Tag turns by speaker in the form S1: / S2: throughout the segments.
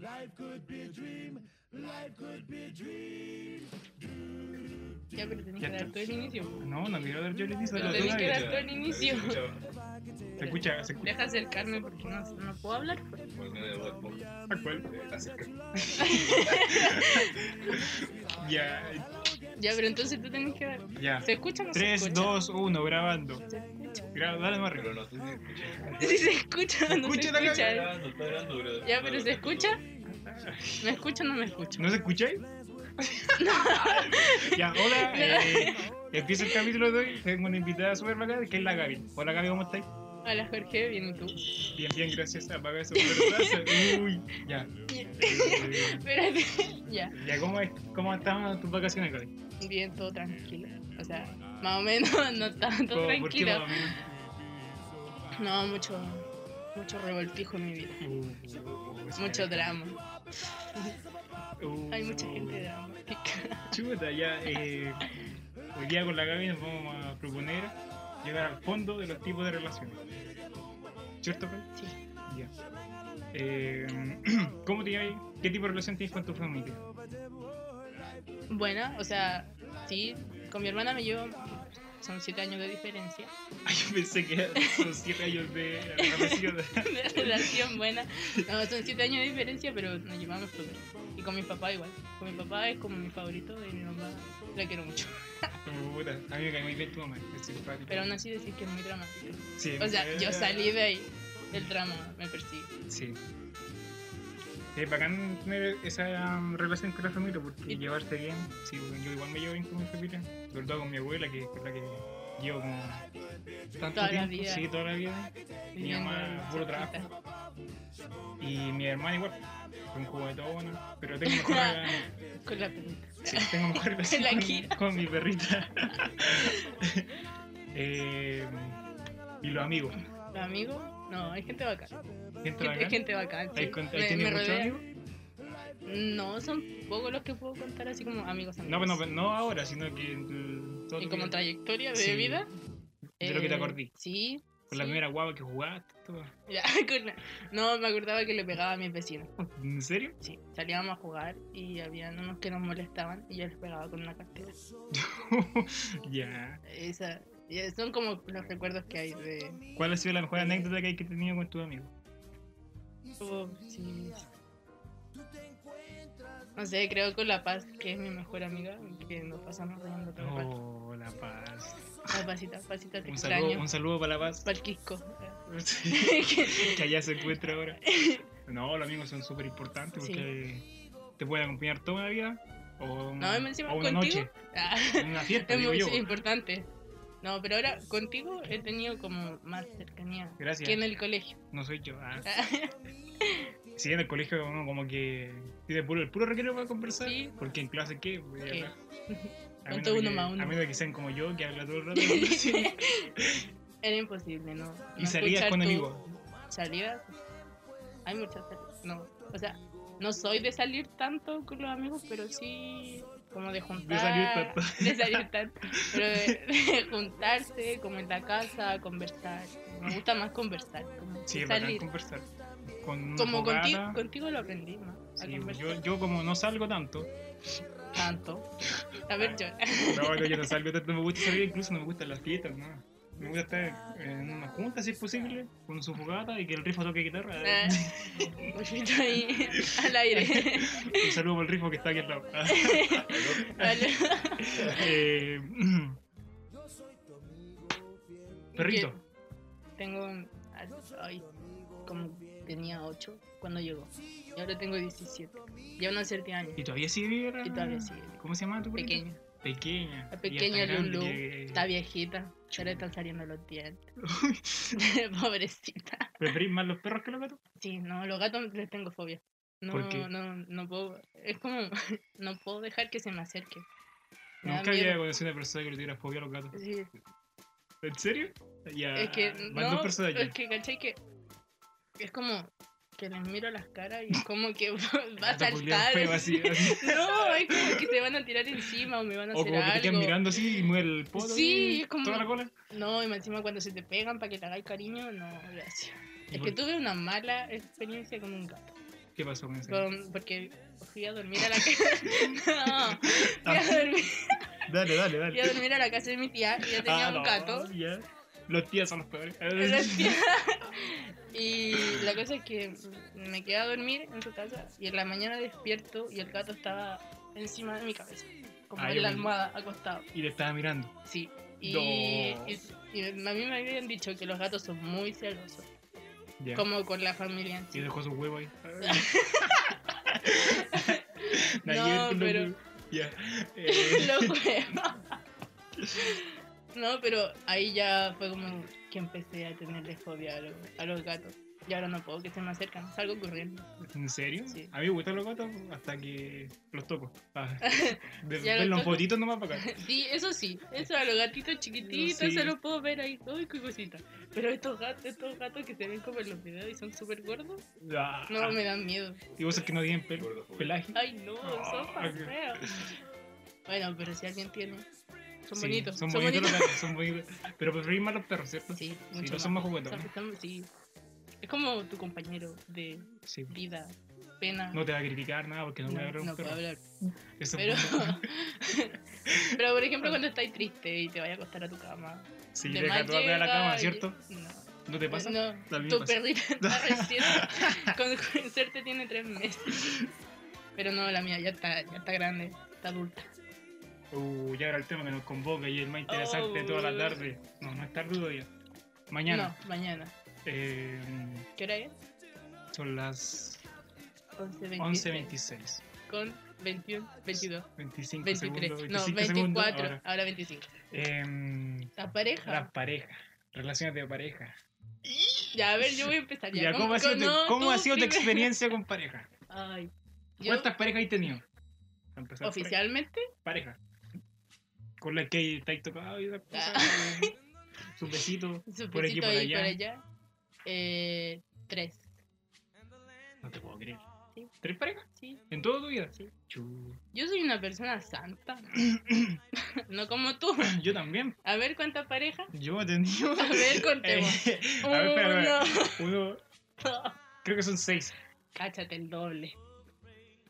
S1: Life could be a dream, life could be a dream.
S2: Ya, pero tenés que dar todo el inicio.
S3: No, no quiero dar yo el inicio.
S2: Pero
S3: lo
S2: tenés
S3: doy.
S2: que dar todo el inicio.
S3: Se escucha, se escucha.
S2: Deja acercarme porque no, no puedo hablar.
S3: Tal cual. Ya,
S2: Ya, pero entonces tú tenés que dar.
S3: ya.
S2: ¿Se escucha o no se
S3: 3,
S2: escucha?
S3: 2, 1, grabando.
S2: ¿Se escucha?
S3: Gra- dale más arriba.
S4: Pero no sé si escucha.
S2: Sí, se escucha o no se
S3: Escucha la
S4: Está
S2: escucha.
S4: grabando, está grabando, pero-
S2: Ya, pero ¿se escucha? ¿Me escucha o no me escucha?
S3: ¿No se escucháis? ya, hola. eh, empieza el capítulo de hoy. Tengo una invitada súper bacana que es la Gaby. Hola Gaby, ¿cómo estáis?
S2: Hola, Jorge, bien ¿y tú.
S3: Bien, bien, gracias. Apaga eso. ¿verdad? Uy, ya. Eh,
S2: Espérate. Ya,
S3: ya, ¿cómo, es- ¿cómo estaban tus vacaciones, Gaby?
S2: bien, todo tranquilo. O sea, más o menos no tanto
S3: ¿Por- por qué,
S2: tranquilo.
S3: mamá?
S2: No, mucho, mucho revoltijo en mi vida.
S3: Uh,
S2: Mucho drama.
S3: Uh,
S2: Hay mucha gente dramática.
S3: Chuta, ya. eh, hoy día con la Gaby nos vamos a proponer llegar al fondo de los tipos de relaciones. ¿Cierto, Gaby?
S2: Sí.
S3: Ya. Eh, ¿Cómo te llamas? ¿Qué tipo de relación tienes con tu familia?
S2: Buena, o sea, sí, con mi hermana me llevo. Son siete años de diferencia.
S3: Ay, yo pensé que eran- son siete años de relación.
S2: De relación buena. No, son siete años de diferencia, pero nos llevamos súper. Y con mi papá igual. Con mi papá es como mi favorito y mi mamá la quiero mucho.
S3: Puta, a mí me cae muy bien tu mamá, es simpática.
S2: Pero aún así decir que es muy dramático.
S3: Sí,
S2: O sea,
S3: eh,
S2: yo salí de ahí. El drama me persigue.
S3: Sí. Es bacán tener esa um, relación con la familia porque
S2: Y-
S3: llevarse bien. Sí, bueno, yo igual me llevo bien con mi familia, sobre todo con mi abuela, que es con la que llevo como tanto
S2: Toda la
S3: tiempo,
S2: vida.
S3: sí, toda la vida. Mi
S2: Viviendo
S3: mamá,
S2: en
S3: puro
S2: Chaquita.
S3: trabajo. Y mi hermana igual, con jugo de todo, bueno, pero tengo mejor
S2: Con la perrita.
S3: Sí, tengo mejor relación
S2: La
S3: con,
S2: Kira.
S3: con mi perrita. Eh, y los amigos.
S2: ¿Los amigos? No, hay gente bacana.
S3: ¿Gente
S2: Gente,
S3: bacán?
S2: gente bacana. sí.
S3: ¿Hay con- hay
S2: Me-
S3: tenido
S2: me
S3: muchos
S2: rodea.
S3: amigos?
S2: No, son pocos los que puedo contar así como amigos
S3: No,
S2: amigos.
S3: pero no, no ahora, sino que en todo
S2: Y
S3: tu
S2: como
S3: vida.
S2: trayectoria de
S3: Sí.
S2: vida.
S3: De lo que te
S2: eh,
S3: acordí.
S2: Sí.
S3: Con la
S2: sí.
S3: primera guava que jugaste. todo.
S2: Ya, con la- No, me acordaba que le pegaba a mis vecinos.
S3: ¿En serio?
S2: Sí, salíamos a jugar y había unos que nos molestaban y yo les pegaba con una cartera.
S3: ya.
S2: Esa, y son como los recuerdos que hay de...
S3: ¿Cuál ha sido la mejor anécdota que hay que tenido con tus amigos?
S2: Oh, sí. No sé, creo con La Paz, que es mi mejor amiga, que nos pasamos riendo todo el rato.
S3: Oh, la paz.
S2: La Pasita, Pasita, te
S3: Un saludo,
S2: extraño.
S3: un saludo para la paz.
S2: Palquisco.
S3: que allá se encuentra ahora. No, los amigos son súper importantes porque te pueden acompañar toda la vida. O,
S2: No, y encima
S3: o una
S2: contigo.
S3: noche.
S2: Ah,
S3: en Una fiesta,
S2: es
S3: digo
S2: muy
S3: yo.
S2: sí, importante. No, pero ahora contigo he tenido como más cercanía
S3: Gracias.
S2: que en el colegio.
S3: No soy yo. Ah. Sí, en el colegio uno como que tiene puro, el puro recreo para conversar.
S2: Sí.
S3: Porque en clase, ¿qué? Voy a
S2: ¿Qué?
S3: hablar. A
S2: Con
S3: menos
S2: todo uno
S3: que-
S2: más uno.
S3: A menos que sean como yo, que habla todo el rato. Sí.
S2: Era imposible, ¿no?
S3: y
S2: No
S3: salías
S2: escuchar
S3: con
S2: tu-
S3: amigos.
S2: Salidas. Hay muchas salidas. No, o sea, no soy de salir tanto con los amigos, pero sí como de juntar.
S3: salir tanto.
S2: de salir tanto. Pero de, de juntarse, como en la casa, conversar. Me gusta más conversar. Como
S3: Sí,
S2: que
S3: es bacán
S2: salir.
S3: conversar. Con una
S2: Como conti-
S3: fogata.
S2: contigo lo aprendí más. A
S3: Sí,
S2: conversar
S3: yo, yo como no salgo tanto,
S2: tanto. A ver, yo.
S3: no, no, yo no salgo tanto, me gusta salir, incluso no me gustan las fiestas, no. Me gusta estar en una junta, si es posible, con su fogata y que el rifo toque guitarra. ¿eh?
S2: Ah, me siento ahí al aire.
S3: Un saludo para el rifo que está aquí al lado.
S2: Vale.
S3: Eh, Perrito.
S2: Tengo un- ay, como tenía 8 cuando llegó. Y ahora tengo 17. Ya unos 7 años.
S3: ¿Y todavía sigue viva? la-
S2: Y todavía sigue viva.
S3: ¿Cómo se llama tu perrito?
S2: Pequeña.
S3: Pequeña.
S2: La
S3: Y hasta
S2: pequeña
S3: grande
S2: Lulu.
S3: que-
S2: Está viejita. Ya le están saliendo los dientes. Pobrecita.
S3: ¿Preferís más los perros que los gatos?
S2: Sí, no, los gatos les tengo fobia. No,
S3: ¿Por qué?
S2: no, no puedo. Es como. no puedo dejar que se me acerque. Me da
S3: Nunca había
S2: miedo.
S3: conocido una persona que le tuviera fobia a los gatos.
S2: Sí,
S3: ¿En serio? Ya.
S2: Es que
S3: Van
S2: no,
S3: dos personas ya.
S2: es que cachai que es como que les miro las caras y es como que va a
S3: Gato culiao
S2: saltar.
S3: feo, así, así.
S2: No, es como que se van a tirar encima o me van a
S3: O
S2: hacer
S3: como que te quedan
S2: algo.
S3: mirando así y mueve el poto.
S2: Sí,
S3: y
S2: es como-
S3: Toda la cola.
S2: No, y más encima cuando se te pegan para que te hagáis cariño, no, gracias.
S3: ¿Y
S2: Es
S3: por
S2: que
S3: qué?
S2: tuve una mala experiencia con un gato.
S3: ¿Qué pasó con ese?
S2: Con- porque fui a dormir a la casa. no, fui a
S3: Ah.
S2: dormir,
S3: Dale, dale,
S2: fui a
S3: dale.
S2: dormir a la casa de mi tía y yo tenía
S3: Ah,
S2: un
S3: no,
S2: gato.
S3: ya. Los tías son los peores.
S2: Los tía- y la cosa es que me quedé a dormir en su casa y en la mañana despierto y el gato estaba encima de mi cabeza, como
S3: Ah,
S2: en
S3: yo
S2: la
S3: me-
S2: almohada, acostado.
S3: Y le estaba mirando.
S2: Sí. Y,
S3: No.
S2: y- y a mí me habían dicho que los gatos son muy celosos,
S3: Ya.
S2: como con la familia. en sí.
S3: Y dejó su huevo ahí.
S2: No,
S3: Nadie-
S2: pero-
S3: Ya. Eh,
S2: Lo juego. No, pero ahí ya fue como que empecé a tenerle fobia a los, a los gatos. Y ahora no puedo que se me acercan, salgo corriendo.
S3: ¿En serio?
S2: Sí.
S3: A mí me gustan los gatos hasta que los toco. Ah, de-
S2: Ya
S3: ven
S2: los
S3: los
S2: toco.
S3: fotitos nomás para acá.
S2: Sí, eso sí, eso a los gatitos chiquititos
S3: Sí.
S2: se los puedo ver ahí, uy, qué cosita. Pero estos gatos, estos gatos que se ven como en los videos y son súper gordos,
S3: Ah,
S2: no, me dan miedo.
S3: Y vos es que no tienen pelo.
S4: Gordofobia.
S3: Pelaje.
S2: Ay, no, son
S3: Ah,
S2: tan
S3: qué-
S2: feos. Bueno, pero si alguien tiene, son
S3: Sí,
S2: bonitos,
S3: Son, bonitos los gatos, son bonitos. Pero preferís más los perros, ¿cierto?
S2: Sí,
S3: Sí,
S2: mucho
S3: los son más juguetones.
S2: Son- son- sí. Es como tu compañero de
S3: Sí.
S2: vida, pena.
S3: No te va a criticar nada porque no,
S2: No,
S3: me va a hablar un
S2: no
S3: perro.
S2: puedo hablar.
S3: Eso
S2: Pero,
S3: es bueno.
S2: pero por ejemplo, cuando estás triste y te vas a acostar a tu cama.
S3: Sí,
S2: de
S3: deja
S2: más
S3: todo acá en la
S2: llega
S3: cama,
S2: y-
S3: ¿cierto?
S2: No.
S3: ¿No te pasa? A mí
S2: No,
S3: me
S2: tu
S3: pasa.
S2: perrita está recién. con, con suerte tiene tres meses. Pero no, la mía ya está, ya está grande, está adulta.
S3: Uh, ya era el tema que nos convoca y el más interesante de toda la
S2: Oh.
S3: tarde. No, no es tarde todavía. Mañana.
S2: No, mañana.
S3: eh,
S2: ¿Qué hora es?
S3: son las
S2: 11.26.
S3: 11.26.
S2: Con 21, 22,
S3: 25
S2: 23.
S3: segundos.
S2: no,
S3: 25 segundos
S2: 24,
S3: ahora.
S2: ahora. 25.
S3: Em,
S2: La pareja.
S3: las parejas. Relaciones de pareja.
S2: Ya, a ver, yo voy a empezar. Ya,
S3: Ya, ¿Cómo ha sido,
S2: con-
S3: tu,
S2: no,
S3: cómo
S2: tú
S3: ha sido tu
S2: primero.
S3: experiencia con pareja?
S2: Ay, yo,
S3: ¿Cuántas parejas has tenido? Para empezar por ahí.
S2: oficialmente,
S3: Pareja. Con la que estáis tocado y esas cosas.
S2: Ah.
S3: eh, Sus besitos.
S2: su
S3: Por aquí,
S2: besito
S3: por
S2: ahí,
S3: allá.
S2: por allá. Eh, tres.
S3: No te puedo creer.
S2: Sí.
S3: ¿Tres parejas?
S2: Sí.
S3: ¿En toda tu vida?
S2: Sí.
S3: Chu.
S2: Yo soy una persona santa. no como tú.
S3: Yo también.
S2: A ver cuántas parejas.
S3: Yo he tenido.
S2: A ver, contemos.
S3: Eh, a ver, espera, espera.
S2: Uno.
S3: Uno, creo que son seis.
S2: Cáchate el doble.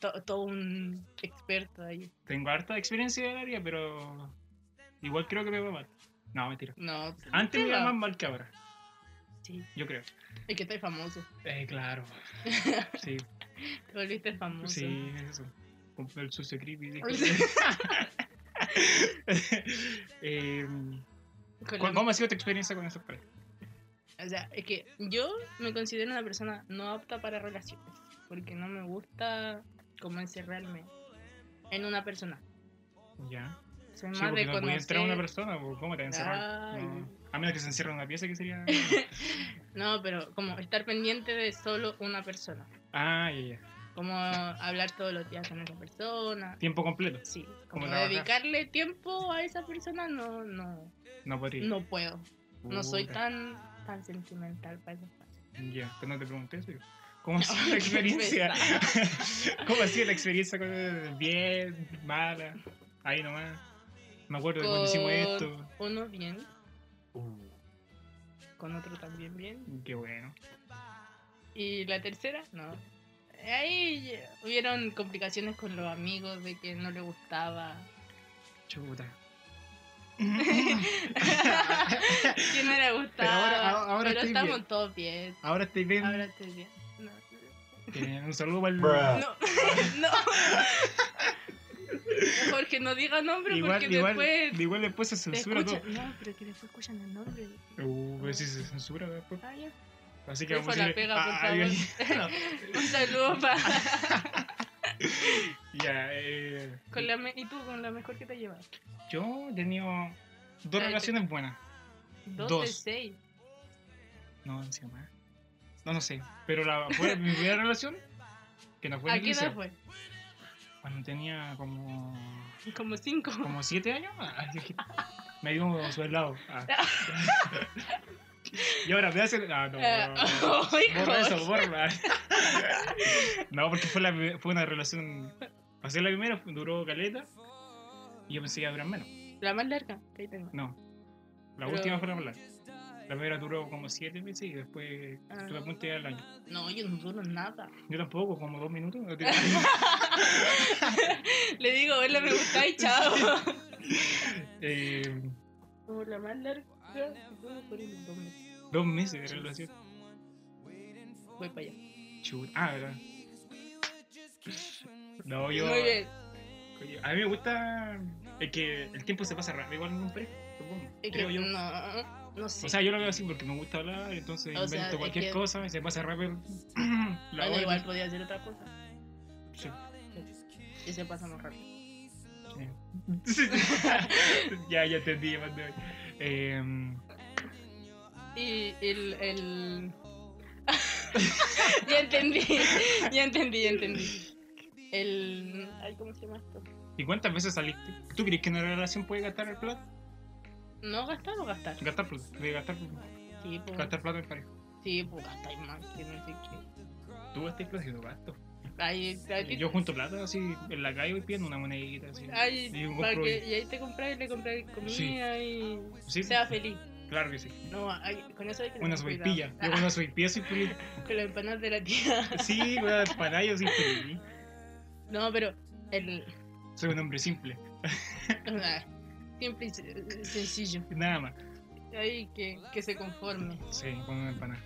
S2: To- Todo un experto ahí.
S3: Tengo harta experiencia del área, pero. Igual creo que me va mal. No, mentira.
S2: No. tú
S3: Antes
S2: te
S3: me iba
S2: vas.
S3: más mal que ahora,
S2: Sí.
S3: yo creo.
S2: Es que estás famoso.
S3: Eh, claro. Sí,
S2: Te volviste famoso.
S3: sí, es eso. Compré el sucio creepy. dijo.
S2: O sea,
S3: Eh,
S2: con
S3: ¿cu-
S2: la-
S3: ¿Cómo ha sido tu experiencia con esas parejas?
S2: O sea, es que yo me considero una persona no apta para relaciones, porque no me gusta como encerrarme en una persona.
S3: Ya.
S2: Soy
S3: Sí,
S2: más
S3: porque
S2: de
S3: no podía
S2: conocer.
S3: entrar a una persona, po, ¿cómo te encerrar?
S2: Ay.
S3: A menos que se encierre en una pieza, que sería.
S2: No, pero como estar pendiente de solo una persona.
S3: Ah, ya, ya.
S2: Como hablar todos los días con esa persona.
S3: Tiempo completo.
S2: Sí, como
S3: Como trabajar.
S2: dedicarle tiempo a esa persona no no
S3: No podría.
S2: no puedo. No soy
S3: Puta.
S2: tan tan sentimental para esas cosas.
S3: Ya, pero no te pregunté eso. ¿Cómo ha sido la experiencia? ¿Cómo ha sido la experiencia con bien, mala? Ahí nomás. Me acuerdo de cuando hicimos esto.
S2: Con uno bien,
S3: Uh.
S2: con otro también bien
S3: Qué bueno.
S2: Y la tercera, no. Ahí hubieron complicaciones con los amigos de que no le gustaba.
S3: Chuta.
S2: que no le gustaba. Pero,
S3: ahora- ahora estoy
S2: estamos
S3: bien. Em,
S2: todos bien.
S3: Ahora estoy bien.
S2: Ahora estoy bien. No.
S3: Eh, Un saludo para el.
S2: No. no. Jorge, no diga nombre
S3: Igual,
S2: porque
S3: igual,
S2: después.
S3: de igual después se
S2: te
S3: censura todo.
S2: escuchan. No, pero que después escuchan el nombre.
S3: Uh, pero si se censura después.
S2: Ah, ya.
S3: Así que
S2: Ahí
S3: vamos
S2: fue
S3: a
S2: la
S3: decirle,
S2: pega, por
S3: "Ah,
S2: favor".
S3: ya,
S2: Un saludo para.
S3: Ya, eh.
S2: Con la me- ¿Y tú con la mejor que te llevas?
S3: Yo he tenido dos
S2: Cállate.
S3: relaciones buenas.
S2: Dos, de
S3: Dos.
S2: seis.
S3: No, no sé más. No, no sé. Pero la, fue mi primera relación, que no fue
S2: ¿A
S3: en el
S2: qué edad
S3: liceo,
S2: fue?
S3: Cuando tenía como,
S2: Como cinco.
S3: como siete años, ah, dije, me dio su helado. ah. Y ahora me hace... Ah, no.
S2: Eh, ay,
S3: borra eso,
S2: Jorge.
S3: borra. No, porque fue, la, pri- fue una relación... Pasé la primera, fue- duró caleta. Y yo pensé que iba a durar menos.
S2: La más larga que ahí tengo.
S3: No. La
S2: Pero-
S3: última fue la mala. La primera duró como siete meses y después
S2: Ah.
S3: estuve a punto de llegar al año.
S2: No, yo no duro nada.
S3: Yo tampoco, como dos minutos. no te-
S2: Le digo, hola, me gusta y chao.
S3: eh,
S2: Como la más larga, duro por el doble.
S3: dos meses de relación.
S2: Voy para allá.
S3: Chuta. Ah, verdad. No, yo.
S2: Muy bien.
S3: A mí me gusta. Es que el tiempo se pasa rápido igual en un pareja, supongo.
S2: Es
S3: creo
S2: que
S3: yo.
S2: no, no sé.
S3: O sea, yo lo veo así porque me gusta hablar, entonces
S2: O sea,
S3: invento
S2: es
S3: cualquier
S2: que-
S3: cosa y se pasa rápido. la
S2: Bueno,
S3: hora.
S2: igual podía hacer otra cosa.
S3: Sí.
S2: Y se pasa más rápido.
S3: ya, ya entendí, más de hoy. Eh,
S2: Y el. el... ya entendí, ya entendí, ya entendí. El. Ay, ¿cómo se llama esto?
S3: ¿Y cuántas veces saliste? ¿Tú crees que una relación puede gastar el plata?
S2: ¿No gastar o gastar?
S3: Gastar plata, puede gastar, plata,
S2: Sí, pues.
S3: gastar plata en pareja.
S2: Sí, pues gastáis más que no sé qué.
S3: Tú gastas plata y yo gasto.
S2: Ay, ¿a ti-
S3: Yo junto plata así en la calle voy pidiendo una monedita así.
S2: Ay,
S3: y un
S2: para
S3: compro-
S2: que- y ahí te compras y le compras comida
S3: Sí,
S2: y sea feliz.
S3: claro que sí.
S2: No, ay, con eso hay que
S3: Una
S2: tener
S3: sopaipilla.
S2: cuidado.
S3: Yo con una sopaipilla soy feliz.
S2: Ah, con las empanadas de la tía.
S3: Sí, con una empanada yo soy feliz.
S2: No, pero el
S3: Soy un hombre simple,
S2: ah, siempre es, eh, sencillo.
S3: nada más.
S2: Ay, que, que se conforme.
S3: Sí, con una empanada.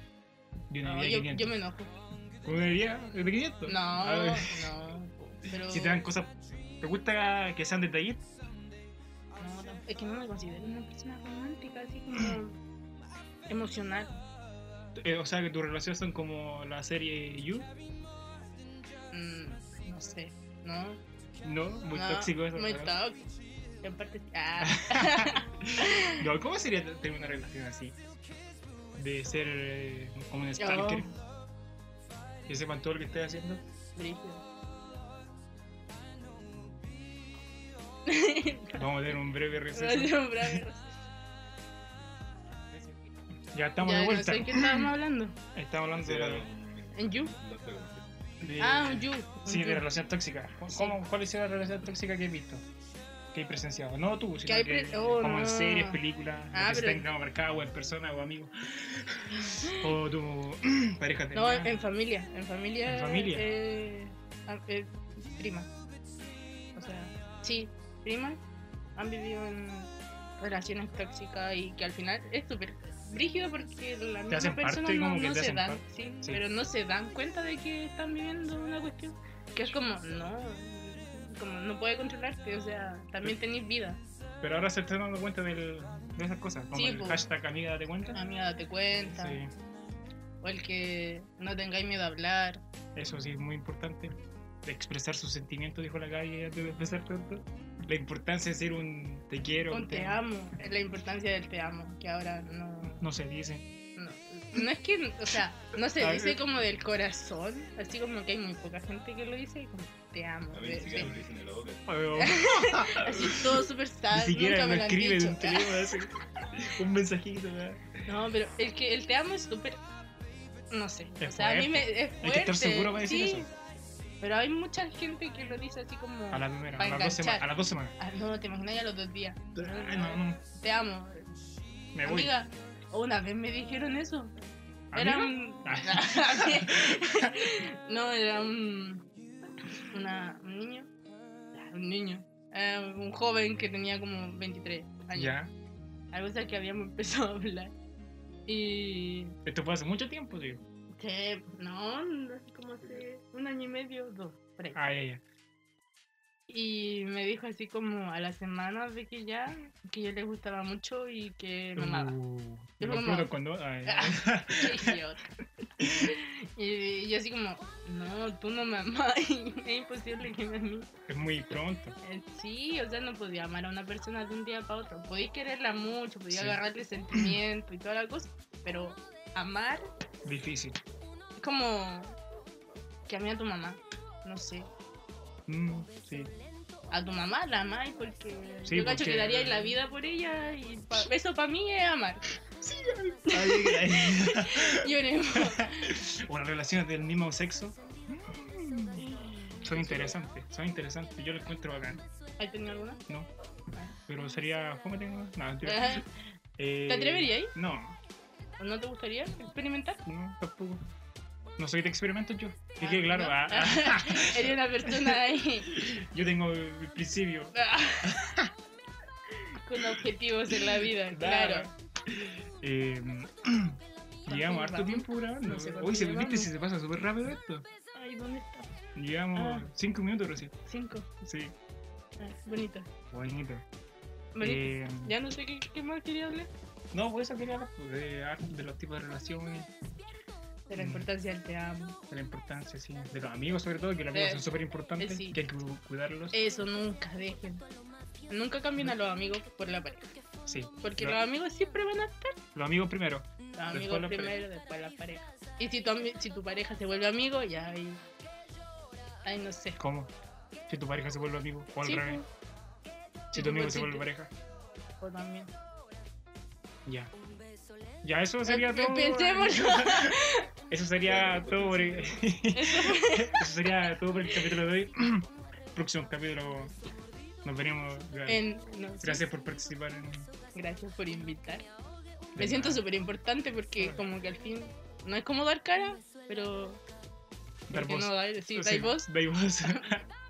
S3: Y una
S2: No,
S3: bebida
S2: yo,
S3: 500.
S2: yo me enojo.
S3: ¿Con una bebida de 500?
S2: No,
S3: A ver,
S2: no. Pero
S3: Si te dan cosas... ¿Te gusta que sean detallistas?
S2: no, no, es que no me considero una persona romántica, así como emocional.
S3: Eh, o sea, que tus relaciones son como la serie You,
S2: Mm, no sé, ¿no?
S3: ¿no? Muy
S2: No,
S3: tóxico eso.
S2: Ah, Muy
S3: ¿no?
S2: tóxico. Y aparte, ah,
S3: No, ¿cómo sería tener una relación así? De ser eh, como un
S2: Yo.
S3: stalker. Que sepan todo lo que estás haciendo.
S2: brígido.
S3: Vamos a tener un breve
S2: Me va a
S3: receso.
S2: nombrar.
S3: ya estamos
S2: Ya,
S3: de
S2: no
S3: vuelta.
S2: sé qué estábamos hablando.
S3: Estamos hablando de, la-
S2: ¿En You?
S3: de-
S2: Ah, un You.
S3: sí,
S2: un
S3: de
S2: you.
S3: relación tóxica.
S2: Sí.
S3: ¿Cómo, ¿Cuál es la relación tóxica que he visto? Que he presenciado. No tú, sino
S2: hay
S3: que
S2: pre- oh,
S3: como en
S2: no.
S3: series, películas,
S2: Ah,
S3: que se
S2: pero-
S3: tengan marcada o en persona o amigos. o tu pareja
S2: No,
S3: terminada.
S2: en, en familia. En familia.
S3: ¿En familia?
S2: eh, ah, eh, prima. O sea, sí, prima. Han vivido en relaciones tóxicas y que al final es súper brígido porque la misma
S3: hacen parte
S2: persona
S3: y
S2: no,
S3: como que
S2: no
S3: te
S2: se
S3: hacen
S2: dan,
S3: parte.
S2: sí,
S3: Sí.
S2: pero no se dan cuenta de que están viviendo una cuestión que es como, no, como no puede controlarte, o sea, también tenés vida.
S3: Pero ahora se están dando cuenta del- de esas cosas, como
S2: Sí,
S3: el
S2: po.
S3: hashtag amiga date cuenta.
S2: Amiga, date cuenta,
S3: Sí,
S2: o el que no tengáis miedo a hablar.
S3: eso sí es muy importante. De expresar sus sentimientos, dijo la calle antes de empezar tanto. La importancia de ser un te quiero,
S2: Con te amo, es la importancia del te amo, que ahora no,
S3: No se dice.
S2: no, no es que, o sea, no se
S3: A
S2: dice
S3: ver.
S2: como del corazón, así como que hay muy poca gente que lo dice como te amo,
S4: A mí
S2: de-
S4: ni siquiera
S2: de-
S4: me lo dicen en la boca.
S3: Pero
S2: así todo súper
S3: ni
S2: sad,
S3: siquiera
S2: nunca
S3: me
S2: me lo han
S3: escribe
S2: dicho.
S3: un teléfono, así, un mensajito. ¿verdad?
S2: No, pero el que el te amo es súper, no sé, o
S3: Es
S2: sea, a mí me es fuerte,
S3: Hay que estar seguro para decir
S2: sí,
S3: eso.
S2: pero hay mucha gente que lo dice así como,
S3: A la primera,
S2: Pa'
S3: a las dos,
S2: enganchar.
S3: sema- a las dos semanas.
S2: "Ah, no, te imaginas ya los dos días,
S3: Ah, no, no,
S2: te amo,
S3: me voy.
S2: amiga, una vez me dijeron eso. Era
S3: ¿Amiga?
S2: un...
S3: Ah,
S2: no, era un... Una, un niño. Ah, Un niño. eh, un joven que tenía como 23 años.
S3: Ya.
S2: Algo así que habíamos empezado a hablar. Y...
S3: Esto fue hace mucho tiempo, digo.
S2: que no, no sé cómo hace un año y medio, dos, por ahí.
S3: Ah, ya, ya.
S2: Y me dijo así como a la semana de que ya, que yo le gustaba mucho y que me amaba.
S3: Uh,
S2: Yo
S3: me
S2: como-
S3: acuerdo cuando. ay,
S2: Ah.
S3: ay.
S2: Qué idiota. y yo así como, no, tú no me amas, es imposible que me ames.
S3: Es muy pronto.
S2: Eh, Sí, o sea, no podía amar a una persona de un día para otro. Podía quererla mucho, podía
S3: Sí.
S2: agarrarle sentimiento y toda la cosa, pero amar
S3: Difícil.
S2: es como que amé a tu mamá, no sé.
S3: Mm, sí.
S2: A tu mamá la amáis porque
S3: Sí,
S2: yo cacho
S3: porque-
S2: que daríais la vida por ella y pa- eso para mí es amar. Lloremos.
S3: o las relaciones del mismo sexo Mm, son interesantes, son interesantes. Yo lo encuentro bacán,
S2: ¿Has tenido alguna?
S3: ¿no? Pero sería. ¿Cómo tengo? No, mentira.
S2: Ajá.
S3: Eh,
S2: ¿Te atreverías?
S3: No.
S2: ¿No te gustaría experimentar?
S3: No, tampoco. No soy de experimentos yo. Que quede
S2: Ah,
S3: claro,
S2: ¿no?
S3: ah, ah,
S2: Eres una persona ahí ah,
S3: yo tengo el principio.
S2: con objetivos en la vida, claro.
S3: Eh, llevamos harto
S2: vamos.
S3: tiempo grabando.
S2: No sé cuánto
S3: Hoy se
S2: llevamos.
S3: viste si se pasa súper rápido esto.
S2: Ay, ¿dónde está?
S3: Llevamos
S2: Ah.
S3: cinco minutos recién.
S2: Cinco.
S3: Sí,
S2: Ah, bonito.
S3: bonito.
S2: Bonito.
S3: Eh,
S2: Ya no sé qué, qué más quería hablar.
S3: no, pues eso quería hablar pues, de, arte, de los tipos de relaciones,
S2: De la
S3: Mm.
S2: importancia del te amo.
S3: de la importancia, sí, de los amigos sobre todo, que los amigos
S2: Eh,
S3: son súper importantes,
S2: eh, sí.
S3: que hay que cu- cuidarlos.
S2: Eso nunca dejen. Nunca cambien a los amigos por la pareja.
S3: sí,
S2: Porque
S3: lo-
S2: los amigos siempre van a estar.
S3: los amigos primero.
S2: Los
S3: Después
S2: amigos
S3: la pareja.
S2: primero, después la pareja. Y si tu, ami- si tu pareja se vuelve amigo, ya ahí. Ahí no sé.
S3: ¿Cómo? Si tu pareja se vuelve amigo, o al
S2: Sí,
S3: revés.
S2: pues,
S3: Si tu amigo se
S2: sí,
S3: vuelve
S2: tú-
S3: pareja,
S2: pues también.
S3: ya. Ya, eso sería
S2: Pe-
S3: todo.
S2: pensémoslo.
S3: Eso sería
S4: Claro,
S3: todo por el...
S2: Eso
S3: Eso sería todo por el capítulo de hoy. Próximo capítulo nos veremos.
S2: en- no sé.
S3: Gracias por participar en...
S2: Gracias por invitar.
S3: De
S2: Me siento
S3: nada.
S2: súper importante porque
S3: Vale.
S2: como que al fin no es como dar cara, pero
S3: Dar
S2: porque
S3: voz. Pues
S2: no dar, sí,
S3: Sí,
S2: dais voz,
S3: dais voz.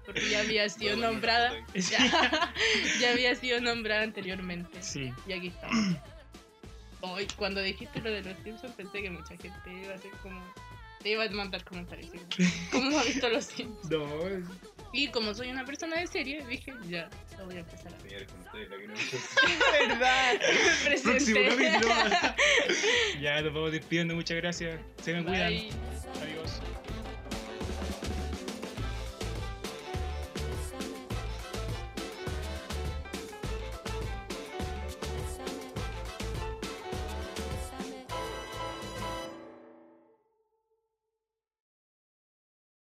S2: porque ya había sido nombrada,
S3: Sí.
S2: ya, ya había sido nombrada anteriormente.
S3: Sí.
S2: Y aquí estamos. Hoy cuando dijiste lo de los Simpsons pensé que mucha gente iba a ser como te iba a mandar comentarios. ¿sí? ¿Cómo ha visto los Simpsons?
S3: No, es-
S2: Y como soy una persona de serie, dije, ya, lo voy a empezar a ver.
S4: Señores, con ustedes, la que no
S2: ¿Verdad?
S3: Próximo
S2: Presente.
S3: capítulo. ya nos vamos despidiendo. Muchas gracias. Se me cuidan.
S2: Bye.
S3: Adiós.